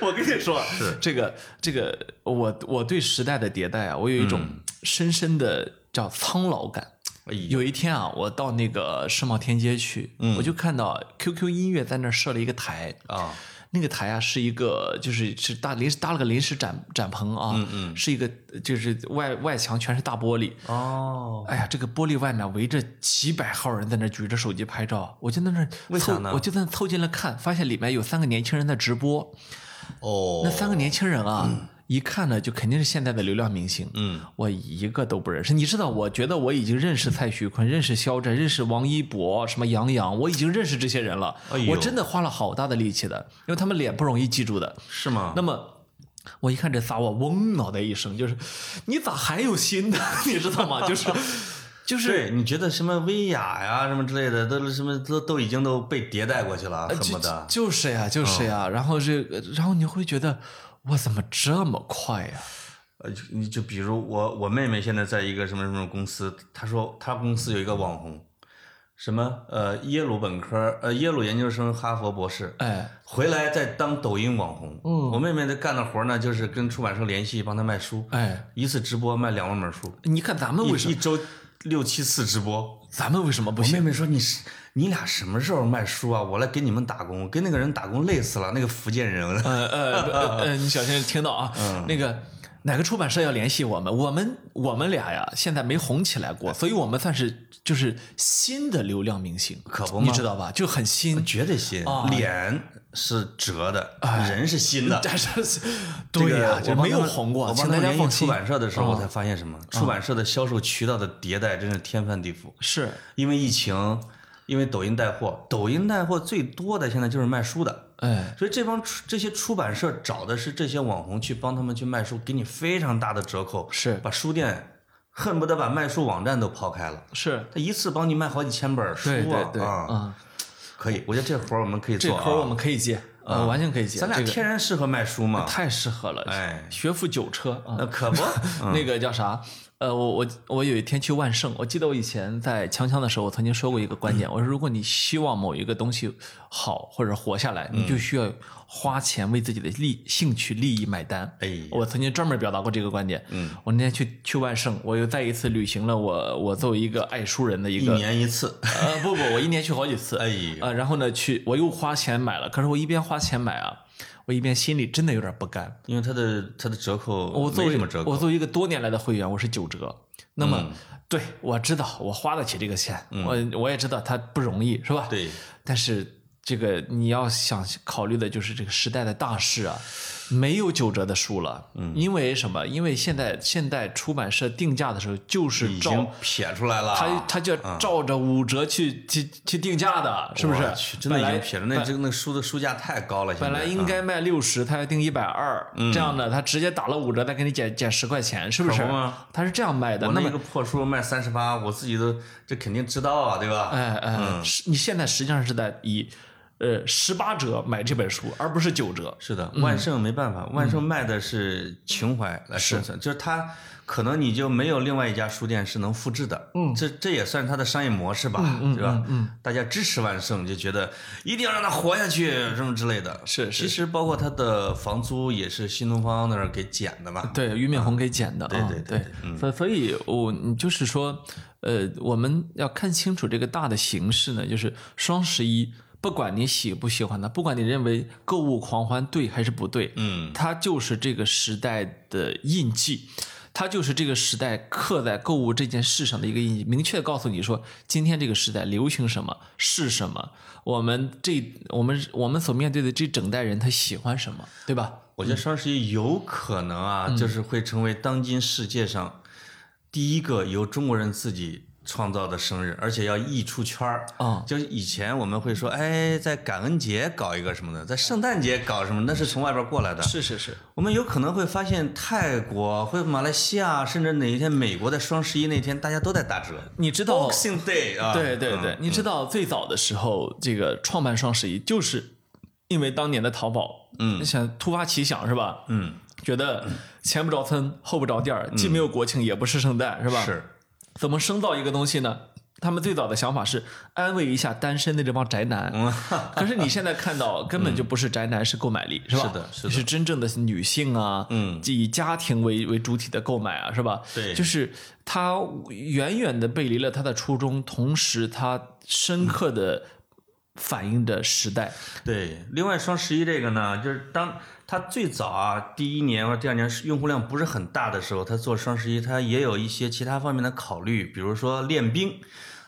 B: 我跟你说，啊
A: 是
B: 这个这个，我我对时代的迭代啊，我有一种
A: 嗯
B: 深深的叫苍老感。
A: 哎呦，
B: 有一天啊，我到那个世贸天街去，
A: 嗯
B: 我就看到 QQ 音乐在那儿设了一个台
A: 啊，
B: 那个台啊是一个就是是搭临时搭了个临时展展棚啊，
A: 嗯
B: 是一个就是外外墙全是大玻璃，
A: 哦，
B: 哎呀，这个玻璃外面围着几百号人在那举着手机拍照，我就在那儿
A: 为啥
B: 凑
A: 呢
B: 我就在那凑近了看，发现里面有三个年轻人在直播。
A: 哦，嗯
B: 那三个年轻人啊，一看呢就肯定是现在的流量明星。嗯，我一个都不认识。你知道，我觉得我已经认识蔡徐坤，认识肖战，认识王一博，什么杨洋我已经认识这些人了。
A: 哎呦
B: 我真的花了好大的力气的，因为他们脸不容易记住的。
A: 是吗？
B: 那么。我一看这仨，我嗡脑袋一声，就是你咋还有新的？ 你知道吗？就是就是
A: 对，你觉得什么薇娅呀，什么之类的，都是什么都都已经都被迭代过去了，啊恨不得。
B: 呃就就是呀，就是
A: 嗯
B: 呀。然后这个，然后你会觉得我怎么这么快呀？
A: 呃，就你就比如我我妹妹现在在一个什么什么公司，她说她公司有一个网红，什么呃耶鲁本科，呃耶鲁研究生，哈佛博士，
B: 哎，
A: 回来再当抖音网红。
B: 嗯
A: 我妹妹在干的活呢，就是跟出版社联系，帮她卖书。
B: 哎，
A: 一次直播卖两万本书，
B: 你看咱们为什
A: 一一
B: 么
A: 周六七次直播。
B: 咱们为什么不
A: 我妹
B: 行？
A: 妹说：“你是你俩什么时候卖书啊？我来给你们打工，跟那个人打工累死了，那个福建人。
B: 呃呃呃呃，你小心听到啊，
A: 嗯
B: 那个。哪个出版社要联系我们？我们我们俩呀，现在没红起来过，所以我们算是就是新的流量明星，
A: 可不嘛
B: 你知道吧？就很 新，
A: 绝对新，
B: 啊
A: 脸是折的，人是新 的。
B: 但是
A: 这
B: 对
A: 个
B: 呀，就
A: 我帮
B: 没有
A: 他们
B: 红
A: 我
B: 过，
A: 帮
B: 请
A: 他
B: 大
A: 们
B: 家
A: 联
B: 放
A: 系出
B: 心。
A: 版社的
B: 啊
A: 时候，我才发现什么？出版社的销售渠道的迭代真是天翻地覆。
B: 是，
A: 因为疫情，因为抖音带货，抖音带货最多的现在就是卖书的，
B: 哎，
A: 所以这帮出这些出版社找的是这些网红去帮他们去卖书，给你非常大的折扣，
B: 是
A: 把书店恨不得把卖书网站都抛开了。
B: 是，
A: 他一次帮你卖好几千本书啊！
B: 对对对，
A: 啊、
B: 啊，
A: 可以，我觉得这活儿我们可以
B: 这
A: 做、啊。
B: 活儿我们可以接，呃，完全可以接，
A: 咱俩
B: 这个
A: 天然适合卖书 嘛？
B: 太适合了，
A: 哎
B: 学富九车啊，
A: 那 可不，
B: 那个叫啥？呃，我我我有一天去万盛，我记得我以前在锵锵的时候，我曾经说过一个观点，我说如果你希望某一个东西好或者活下来，
A: 嗯
B: 你就需要花钱为自己的利兴趣利益买单。
A: 哎
B: 我曾经专门表达过这个观点。嗯，我那天去去万盛，我又再一次履行了我我作为一个爱书人的一
A: 一
B: 个
A: 年一次。
B: 呃，不不，我一年去好几次。
A: 哎呀
B: 呃，然后呢，去我又花钱买了，可是我一边花钱买啊，我一边心里真的有点不甘。
A: 因为它的它的折扣
B: 我作
A: 没
B: 为
A: 什么折
B: 我
A: 扣，嗯
B: 作为一个多年来的会员，我是九折。那么，对我知道我花得起这个钱，我我也知道它不容易，是吧？。
A: 对，
B: 但是这个你要想考虑的就是这个时代的大势啊，没有九折的书了。嗯。因为什么？因为现在现代出版社定价的时候就是
A: 已
B: 照
A: 经啊撇出来了。
B: 他他就照着五折去、去去定价的，是不是
A: 我去？真的
B: 本
A: 已
B: 来
A: 经撇了，那嗯这个那书的书价太高了。现在啊
B: 本来应该卖六十，他要定一百二，这样的他直接打了五折，再给你减减十块钱，是不是
A: 嗯可不吗？
B: 他是这样卖的。
A: 我
B: 那
A: 那一
B: 么
A: 个破书卖三十八，我自己都这肯定知道啊，对吧？
B: 哎哎，是你现在实际上是在以呃十八折买这本书，而不是九折。
A: 是的，万盛没办法，
B: 嗯
A: 万盛卖的是情怀来生存，就是它可能你就没有另外一家书店是能复制的，嗯，这这也算是它的商业模式吧，对吧？嗯，大家支持万盛就觉得一定要让它活下去，什么之类的。
B: 是
A: 其
B: 是
A: 实包括它的房租也是新东方那儿给减的嘛，
B: 对，俞敏洪给剪的，对嗯
A: 对对
B: 对，所以所以我你就是说，呃，我们要看清楚这个大的形势呢，就是双十一，不管你喜不喜欢它，不管你认为购物狂欢对还是不对，
A: 嗯，
B: 它就是这个时代的印记。它就是这个时代刻在购物这件事上的一个印记，明确地告诉你说，今天这个时代流行什么是什么，我们这我们我们所面对的这整代人他喜欢什么，对吧？
A: 我觉得双十一有可能啊，
B: 嗯
A: 就是会成为当今世界上第一个由中国人自己创造的生日，而且要溢出圈儿。
B: 啊
A: 就是以前我们会说，哎，在感恩节搞一个什么的，在圣诞节搞什么，那是从外边过来的。
B: 是是是，
A: 我们有可能会发现泰国、会马来西亚，甚至哪一天美国在双十一那天，大家都在打折。
B: 你知道
A: Boxing Day 啊，
B: 哦对对对，你知道最早的时候，这个创办双十一就是因为当年的淘宝，嗯，想突发奇想是吧？
A: 嗯，
B: 觉得前不着村后不着店儿，既没有国庆也不是圣诞是吧？
A: 是，
B: 怎么生造一个东西呢？他们最早的想法是安慰一下单身的这帮宅男， 可是你现在看到根本就不是宅男，是购买力，嗯是吧？
A: 是的是的
B: 真正的女性啊，
A: 嗯，
B: 以家庭为为主体的购买啊，是吧？
A: 对
B: 就是他远远的背离了他的初衷，同时他深刻的反映着时代。
A: 对，另外双十一这个呢，就是当它最早啊，第一年或者第二年是用户量不是很大的时候，它做双十一，它也有一些其他方面的考虑，比如说练兵，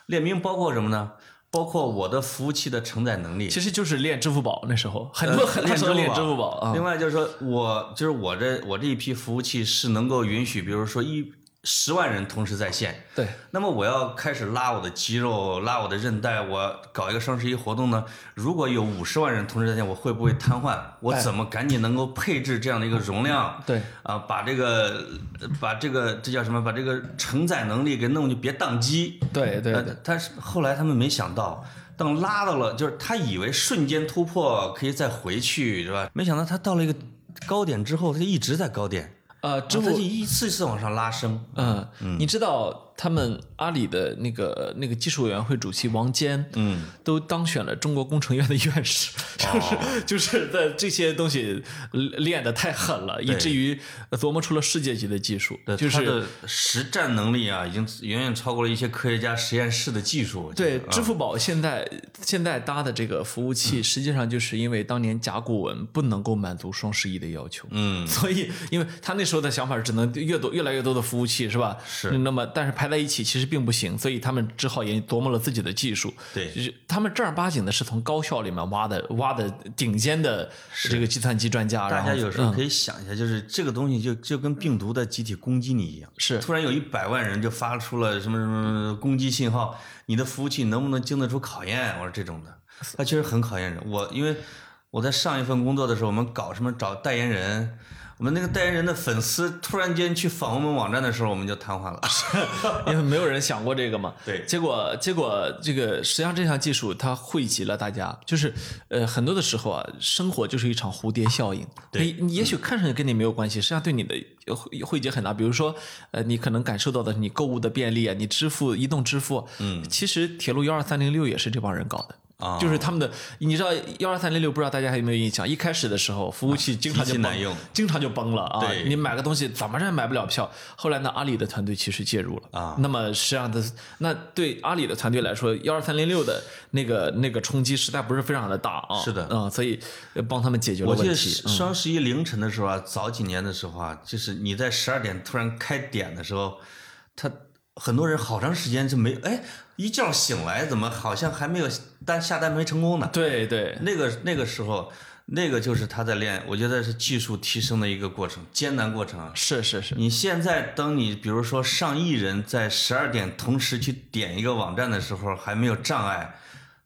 A: 练兵包括什么呢？包括我的服务器的承载能力。
B: 其实就是练支付宝那时候，很多很多时候呃练支付宝啊
A: 另，外就是说我就是我这我这一批服务器是能够允许，比如说一十万人同时在线，
B: 对，
A: 那么我要开始拉我的肌肉，拉我的韧带，我搞一个双十一活动呢？如果有五十万人同时在线，我会不会瘫痪？我怎么赶紧能够配置这样的一个容量？
B: 对
A: 啊、把这个把这个这叫什么？把这个承载能力给弄就别宕机。
B: 对对
A: 呃
B: 对，
A: 但是后来他们没想到，等拉到了，就是他以为瞬间突破可以再回去，是吧？没想到他到了一个高点之后，他就一直在高点，
B: 呃，支
A: 他
B: 付
A: 就一次一次往上拉升。
B: 嗯嗯，你知道他们阿里的那个呃那个技术委员会主席王坚，嗯，都当选了中国工程院的院士，
A: 哦
B: 就是就是在这些东西练得太狠了，以至于琢磨出了世界级的技术，
A: 对
B: 就
A: 他
B: 是。
A: 的实战能力啊，已经远远超过了一些科学家实验室的技术。我觉
B: 对
A: 得，
B: 支付宝现在现在搭的这个服务
A: 嗯
B: 器，实际上就是因为当年甲骨文不能够满足双十一的要求，
A: 嗯，
B: 所以，因为他那时候的想法是只能越多越来越多的服务器是吧？
A: 是
B: 那么，但是排在一起其实并不行，所以他们只好也琢磨了自己的技术。
A: 对
B: 就是他们正儿八经的是从高校里面挖的挖的顶尖的这个计算机专家。
A: 大
B: 然
A: 家
B: 后
A: 有时候
B: 嗯
A: 可以想一下，就是这个东西就就跟病毒在集体攻击你一样，
B: 是
A: 突然有一百万人就发出了什么什么什么攻击信号，你的服务器能不能经得住考验？我说这种的，它确实很考验人。我因为我在上一份工作的时候，我们搞什么找代言人。我们那个代言人的粉丝突然间去访问我们网站的时候，我们就瘫痪了。
B: 因为没有人想过这个嘛。
A: 对
B: 结果结果这个实际上这项技术它汇集了大家，就是呃很多的时候啊，生活就是一场蝴蝶效应。
A: 对
B: 你你也许看上去跟你没有关系，实际上对你的呃汇汇集很大。比如说呃，你可能感受到的是你购物的便利啊，你支付移动支付，嗯，其实铁路幺二三零六也是这帮人搞的。
A: 啊
B: 就是他们的，你知道幺二三零六，不知道大家还有没有印象？一开始的时候，服务器经常
A: 极
B: 就
A: 其
B: 崩
A: 难用
B: 经常就崩了啊！
A: 对
B: 你买个东西怎么着也买不了票。后来呢，阿里的团队其实介入了
A: 啊
B: 那么实际上的，那对阿里的团队来说，幺二三零六的那个那个冲击实在不是非常的大啊。
A: 是的
B: 嗯，所以呃帮他们解决了
A: 我记
B: 问
A: 得
B: 题。嗯
A: 双十一凌晨的时候啊，早几年的时候啊，就是你在十二点突然开点的时候，他很多人好长时间就没哎，一觉醒来怎么好像还没有单下单没成功呢？
B: 对对，
A: 那个那个时候，那个就是他在练，我觉得是技术提升的一个过程，艰难过程啊。
B: 是是是，
A: 你现在等你比如说上亿人在十二点同时去点一个网站的时候，还没有障碍。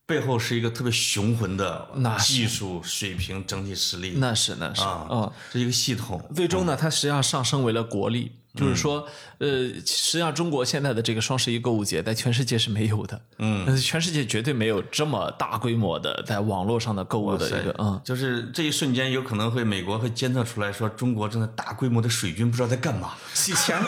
A: 背后是一个特别雄浑的
B: 那是
A: 技术水平、整体实力。
B: 那是那是
A: 啊，
B: 嗯，
A: 这是一个系统。
B: 最终呢，它实际上上升为了国力，
A: 嗯
B: 就是说，呃，实际上中国现在的这个双十一购物节在全世界是没有的，嗯，全世界绝对没有这么大规模的在网络上的购物的一个，嗯，
A: 就是这一瞬间有可能会美国会监测出来说中国正在大规模的水军不知道在干 嘛，
B: 洗 钱，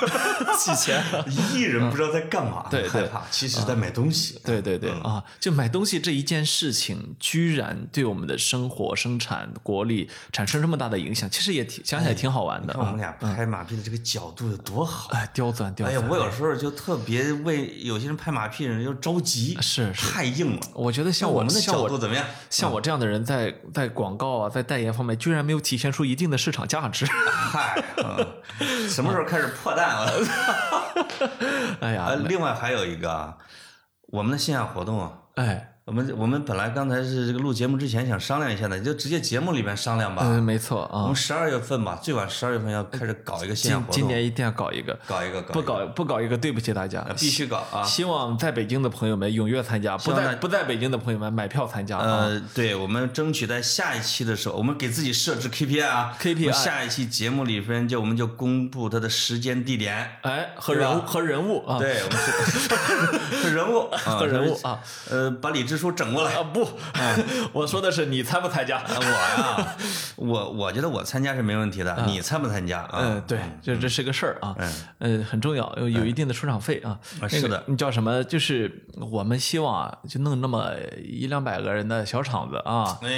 B: 洗钱。
A: 一亿人不知道在干嘛，
B: 嗯对
A: 害
B: 对
A: 怕，其实是在买东西。
B: 对对
A: 嗯
B: 对、啊！就买东西这一件事情，居然对我们的生活、生产、国力产生这么大的影响，其实也挺想想也挺好玩的
A: 看我们
B: 啊！
A: 俩拍马屁的这个角度有多好。
B: 哎，刁钻刁
A: 哎
B: 钻。
A: 呀，我有时候就特别为有些人拍马屁的人就着急，
B: 是是
A: 太硬了。
B: 我觉得像
A: 我
B: 我
A: 们的
B: 像
A: 角
B: 我
A: 度怎么样？
B: 像我这样的人在，在广告啊，在代言方面，居然没有体现出一定的市场价值。
A: 嗨，嗯什么时候开始破蛋 了？
B: 啊哎
A: 呃，
B: 呀，
A: 另外还有一个啊，我们的线下活动啊，
B: 哎，
A: 我们我们本来刚才是这个录节目之前想商量一下的，就直接节目里面商量吧。
B: 嗯，没错
A: 我
B: 啊
A: 们，十二月份吧，最晚十二月份要开始搞一个线下
B: 今
A: 活动，
B: 今年一定要搞一个，
A: 搞一个，
B: 不
A: 一个
B: 搞不搞一个，对不起大家。
A: 必须搞啊！
B: 希望在北京的朋友们踊跃参加，不
A: 望
B: 在
A: 大
B: 不在北京的朋友们买票参加啊！
A: 呃，对，我们争取在下一期的时候，我们给自己设置 KPI 啊
B: KPI
A: 我们下一期节目里边就我们就公布它的时间、地点。
B: 哎，和
A: 对吧
B: 人物和人物啊，
A: 对，我们 是人物啊
B: 和人物啊，
A: 呃，把李支书整过来。
B: 啊不， 我说的是你参不参加？
A: 啊我呀，我我觉得我参加是没问题的，你参不参加啊？
B: 嗯，对，这这是个事儿啊，嗯，很重要，有有一定的出场费啊。那个
A: 是的
B: 你叫什么？就是我们希望啊，就弄那么一两百个人的小场子啊，
A: 哎，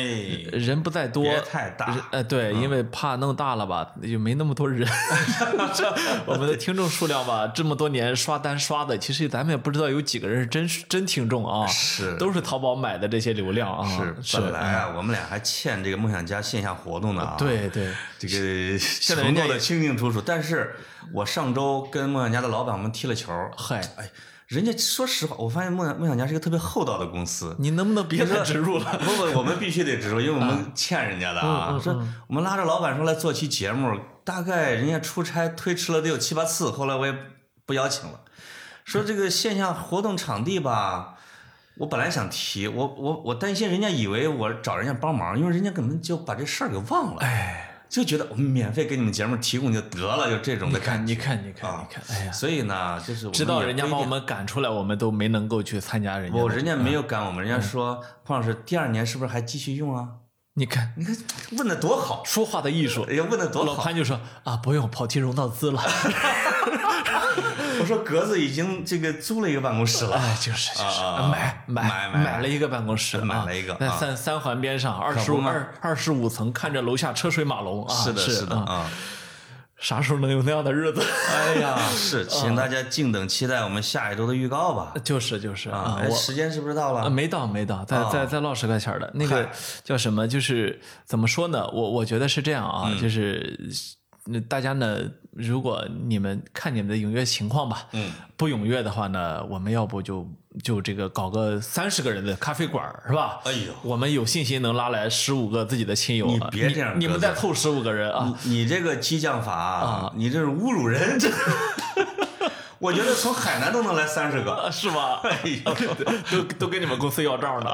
B: 人不在多，
A: 别太大嗯
B: 人呃，对，因为怕弄大了吧，就没那么 多人。我们的听众数量吧，这么多年刷单刷的，其实咱们也不知道有几个人是真真听众啊，
A: 是
B: 都是淘宝买的这些流量啊，
A: 是，
B: 是
A: 本来啊，我们俩还欠这个梦想家线下活动呢啊。，
B: 对对，
A: 这个
B: 在
A: 承
B: 人家
A: 诺的
B: 也
A: 清清楚楚。但是我上周跟梦想家的老板我们踢了球，
B: 嗨，
A: 哎，人家说实话，我发现梦想梦想家是一个特别厚道的公司。
B: 你能不能别再
A: 说
B: 植入了？嗯
A: 不不，我们必须得植入，因为我们欠人家的啊。说我们拉着老板说来做期节目，大概人家出差推迟了得有七八次，后来我也不邀请了。说这个线下活动场地吧，我本来想提，我我我担心人家以为我找人家帮忙，因为人家根本就把这事儿给忘了，
B: 哎，
A: 就觉得我们免费给你们节目提供就得了，就这种的
B: 你
A: 感
B: 看，
A: 觉。
B: 你看，你看，
A: 啊
B: 你看，哎呀，
A: 所以呢，就是我们
B: 直到
A: 也
B: 人家
A: 不一
B: 把我
A: 定
B: 们赶出来，我们都没能够去参加人家
A: 不，
B: 的。嗯
A: 人家没有赶我们，人家说彭老师第二年是不是还继续用啊？
B: 你看
A: 你看问的多好，
B: 说话的艺术。
A: 哎呀，问的多
B: 老
A: 好。
B: 潘就说啊，不用，跑题容 道兹了。
A: 我说格子已经这个租了一个办公室了，
B: 哎，就是就是，
A: 啊啊
B: 买
A: 买买
B: 买了一个办公室，
A: 买
B: 啊
A: 了一个
B: 在
A: 啊
B: 三三环边上，二十
A: 可不
B: 五
A: 嘛
B: 二二十五层，看着楼下车水马龙 啊，
A: 是的，
B: 是
A: 的
B: 啊，
A: 啊。
B: 啥时候能有那样的日子？
A: 哎呀，是，
B: 嗯
A: 请大家静等期待我们下一周的预告吧。
B: 就是就是
A: 啊
B: 啊，，
A: 哎
B: 我
A: 时间是不是到
B: 啊，
A: 了？
B: 没到没到，再
A: 啊
B: 再再唠十块钱儿的那个
A: 嗨
B: 叫什么？就是怎么说呢？我我觉得是这样
A: 嗯
B: 啊，就是呃大家呢，如果你们看你们的踊跃情况吧，
A: 嗯，
B: 不踊跃的话呢，我们要不就就这个搞个三十个人的咖啡馆儿是吧？
A: 哎呦
B: 我们有信心能拉来十五个自己的亲友
A: 你
B: 啊，
A: 别这样
B: 你你
A: 鸽
B: 们
A: 子
B: 再凑十五个人啊，，
A: 你你这个激将法啊，你这是侮辱人！这，我觉得从海南都能来三十个
B: 啊
A: 哎
B: 是吧？都都跟你们公司要 账呢。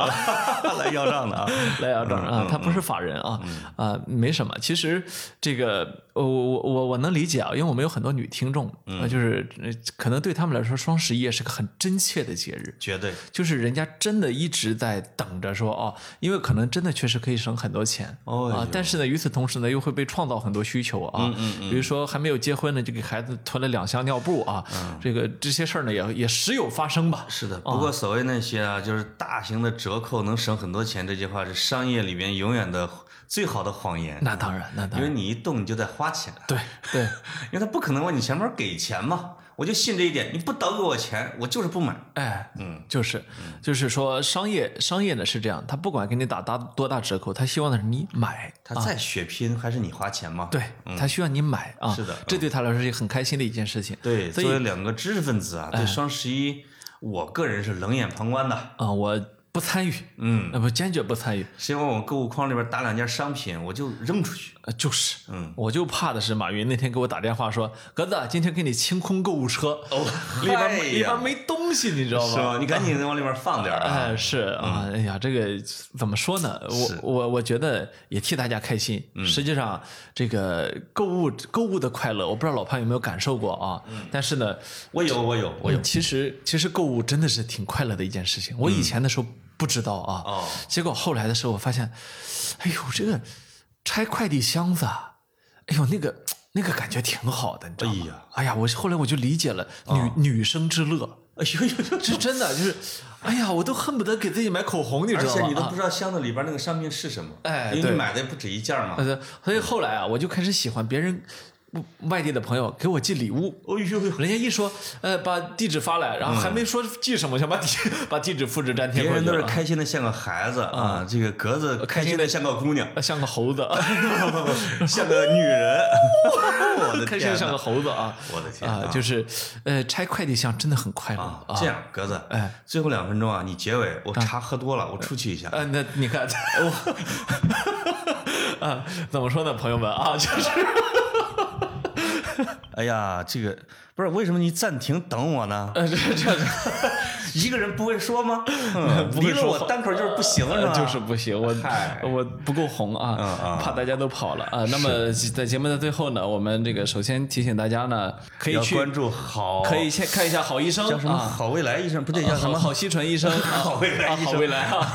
A: 来要账 的啊。
B: 赖耀正啊，他不
A: 嗯
B: 是法人啊，啊，没什么。其实这个，我我我我能理解啊，因为我们有很多女听众，
A: 嗯
B: 啊，就是呃可能对他们来说，双十一也是个很真切的节日。
A: 绝对，
B: 就是人家真的一直在等着说哦，因为可能真的确实可以省很多钱、
A: 哦嗯
B: 啊
A: 呦，
B: 但是呢，与此同时呢，又会被创造很多需求啊，比如说还没有结婚呢，就给孩子囤了两箱尿布啊，
A: 嗯
B: 这个这些事儿呢也也时有发生吧，
A: 是的。不过所谓那些啊，就是大型的折扣能省很多钱，这句话是商业里边永远的最好的谎言。
B: 那当然，那当
A: 因为
B: 然，
A: 你一动你就在花钱，
B: 对对，
A: 因为他不可能往你钱包给钱嘛。我就信这一点，你不倒给我钱，我就是不买。
B: 哎，嗯，就是，就是说商业商业呢是这样，他不管给你打大多大折扣，他希望的是你买，
A: 他再血拼还是你花钱嘛？
B: 啊对他需要你买啊，
A: 嗯是的
B: 这对他来说是一个很开心的一件事情。
A: 对，
B: 所
A: 作为
B: 以哎
A: 两个知识分子啊，对双十一，我个人是冷眼旁观的。
B: 啊，我不参与，
A: 嗯，
B: 呃，不坚决不参与，
A: 谁往我购物筐里边打两件商品，我就扔出去。
B: 呃，就是，
A: 嗯，
B: 我就怕的是马云那天给我打电话说，格子啊，今天给你清空购物车，
A: 哦，
B: 里边里边没东西，你知道
A: 是吧？
B: 吗？
A: 你赶紧往里边放点儿啊！
B: 哎，是啊，哎呀，这个怎么说呢？我
A: 是嗯
B: 我我觉得也替大家开心。实际上，这个购物购物的快乐，我不知道老潘有没有感受过啊？但是呢，嗯
A: 我有，我嗯有，我有。
B: 其实其实购物真的是挺快乐的一件事情。我以前的时候不知道啊，
A: 嗯哦
B: 结果后来的时候我发现，哎呦，这个拆快递箱子啊，哎呦那个。那个感觉挺好的，你知道吗？
A: 哎呀哦
B: 哎呀，我后来我就理解了女、女生之乐，
A: 哎呦 呦！
B: 是真的，就是，哎呀，我都恨不得给自己买口红，你知
A: 而
B: 道
A: 且
B: 吗？
A: 你都不
B: 啊
A: 知道箱子里边那个商品是什么，
B: 哎
A: 因为
B: 对
A: 你买的也不止一件嘛。哎
B: 呃所以后来啊，我就开始喜欢别人外地的朋友给我寄礼物。
A: 哎呦呦！
B: 人家一说，呃，把地址发来，然后还没说寄什么，想把地 把地址复制粘贴
A: 别
B: 过
A: 人
B: 去
A: 都是
B: 了，
A: 开心的像个孩子啊，这个格
B: 呃
A: 子开心的像个 姑娘，
B: 啊像个猴子，
A: 像个女人。我的
B: 开
A: 天
B: 心
A: 哪！
B: 像个猴子啊！
A: 我的天
B: 啊，就是，呃，拆快递箱真的很快乐
A: 啊
B: 啊！，
A: 这样，格子，
B: 哎，
A: 最后两分钟啊，你结尾，我茶喝多了，我出去一下。
B: 呃，那你看，
A: 哦
B: 我 啊，怎么说呢，朋友们啊，就是
A: 哎呀，这个不是为什么你暂停等我 呢？
B: 呃，这这这。
A: 一个人不会说吗？嗯
B: 不
A: 离
B: 会
A: 了
B: 说
A: 我单口就是不行是吧？
B: 呃就是不行，我
A: 嗨
B: 我不够红啊
A: 嗯，
B: 怕大家都跑了啊。那么在节目的最后呢，我们这个首先提醒大家呢，可以
A: 要
B: 去
A: 关注好，
B: 可以先看一下好医生
A: 叫什么
B: 啊，
A: 好未来医生？不对，叫什
B: 好
A: 么
B: 好西纯 医生，好
A: 未来医生
B: 好未来啊。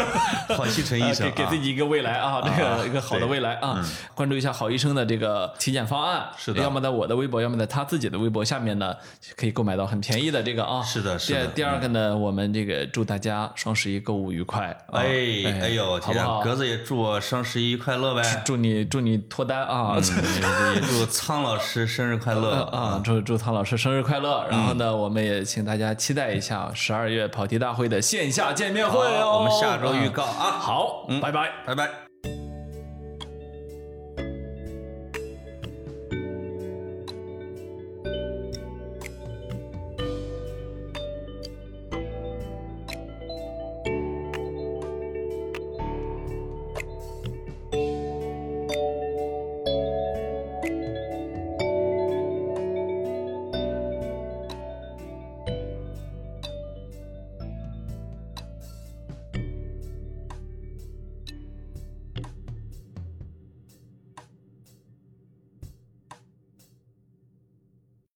A: 好西城
B: 呃
A: 医生
B: 给给
A: 啊
B: 自？己一个未来啊，这
A: 啊嗯
B: 个一个好的未来啊，关注一下好医生的这个体检方案，
A: 是的
B: 要么在我的微博，要么在他自己的微博下面呢，可以购买到很便宜的这个啊。
A: 是的是的嗯
B: 第二第二个呢，我们这个祝大家双十一购物愉快。啊
A: 哎哎呦，
B: 好
A: 天
B: 不
A: 哪！
B: 好？
A: 格子也祝我双十一快乐呗，
B: 祝你祝你脱单啊！
A: 嗯也祝苍老师生日快乐。
B: 啊，祝祝唐老师生日快乐！然后
A: 嗯
B: 呢，我们也请大家期待一下十二月跑题大会的线下见面会哦。
A: 好我们下周预告
B: 啊，
A: 啊，
B: 好，拜拜。
A: 拜拜。